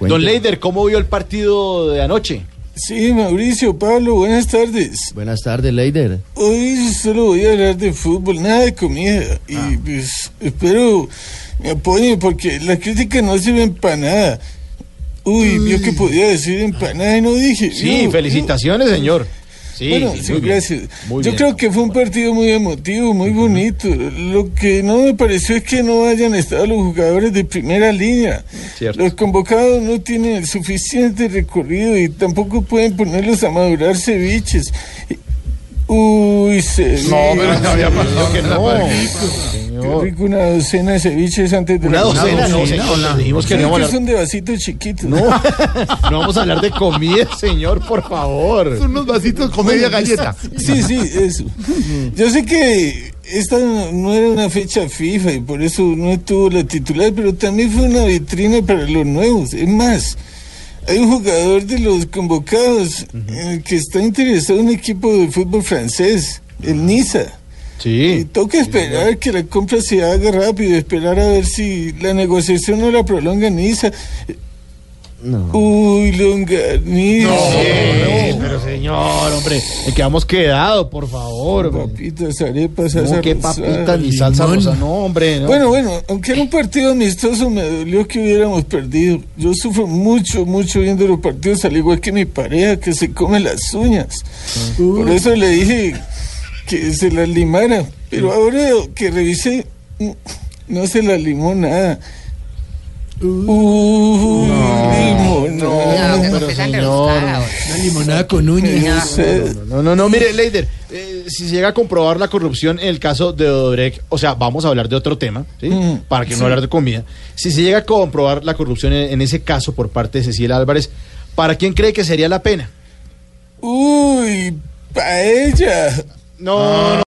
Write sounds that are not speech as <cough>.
Don Leider, ¿cómo vio el partido de anoche? Sí, Mauricio, Pablo, buenas tardes. Buenas tardes, Leider. Hoy solo voy a hablar de fútbol, nada de comida. Y Ah. pues espero me apoyen porque la crítica no sirve para nada. Uy, vio que podía decir empanada y no dije. Sí, No, felicitaciones, señor. Sí, no. Bueno, sí, sí, muy bien. gracias. Muy Yo bien. creo que fue un partido muy emotivo, muy bonito. Lo que no me pareció es que no hayan estado los jugadores de primera línea. Cierto. Los convocados no tienen el suficiente recorrido y tampoco pueden ponerlos a madurar ceviches. Uy, ceviche. No, pero no había pasado que no. Qué rico una docena de ceviches antes de Una la docena, no, señor. le Dijimos que no Creo íbamos a que hablar- son de vasitos chiquitos. No, no vamos a hablar de comida, <laughs> señor, por favor. Unos vasitos con media galleta. Sí, sí, eso. Yo sé que esta no no era una fecha FIFA y por eso no estuvo la titular, pero también fue una vitrina para los nuevos. Es más, hay un jugador de los convocados eh, que está interesado en un equipo de fútbol francés, el Niza. Y Ah. Sí. toca esperar que la compra se haga rápido, esperar a ver si la negociación no la prolonga Niza. Uy, longaniza. Sí, Eh, pero señor, hombre, en que hemos quedado, por favor. hombre. Papitas, arepas, No, salsa qué rosada. papitas ni salsa rosa, no, hombre. no. Bueno, bueno, aunque era un partido amistoso, me dolió que hubiéramos perdido. Yo sufro mucho, mucho viendo los partidos, al igual que mi pareja que se come las uñas. Por eso le dije que se las limara. Pero ahora que revisé, mm, no se las limó nada. Uy, limonada. No, pero pero señor. Una limonada con uñas. Usted- No, no, no, mire, Leider, eh, si se llega a comprobar la corrupción en el caso de Odebrecht, o sea, vamos a hablar de otro tema, ¿sí? Mm, Para que no hablar de comida. Si se llega a comprobar la corrupción en, en ese caso por parte de Cecilia Álvarez, ¿para quién cree que sería la pena? Uy, paella. No, no.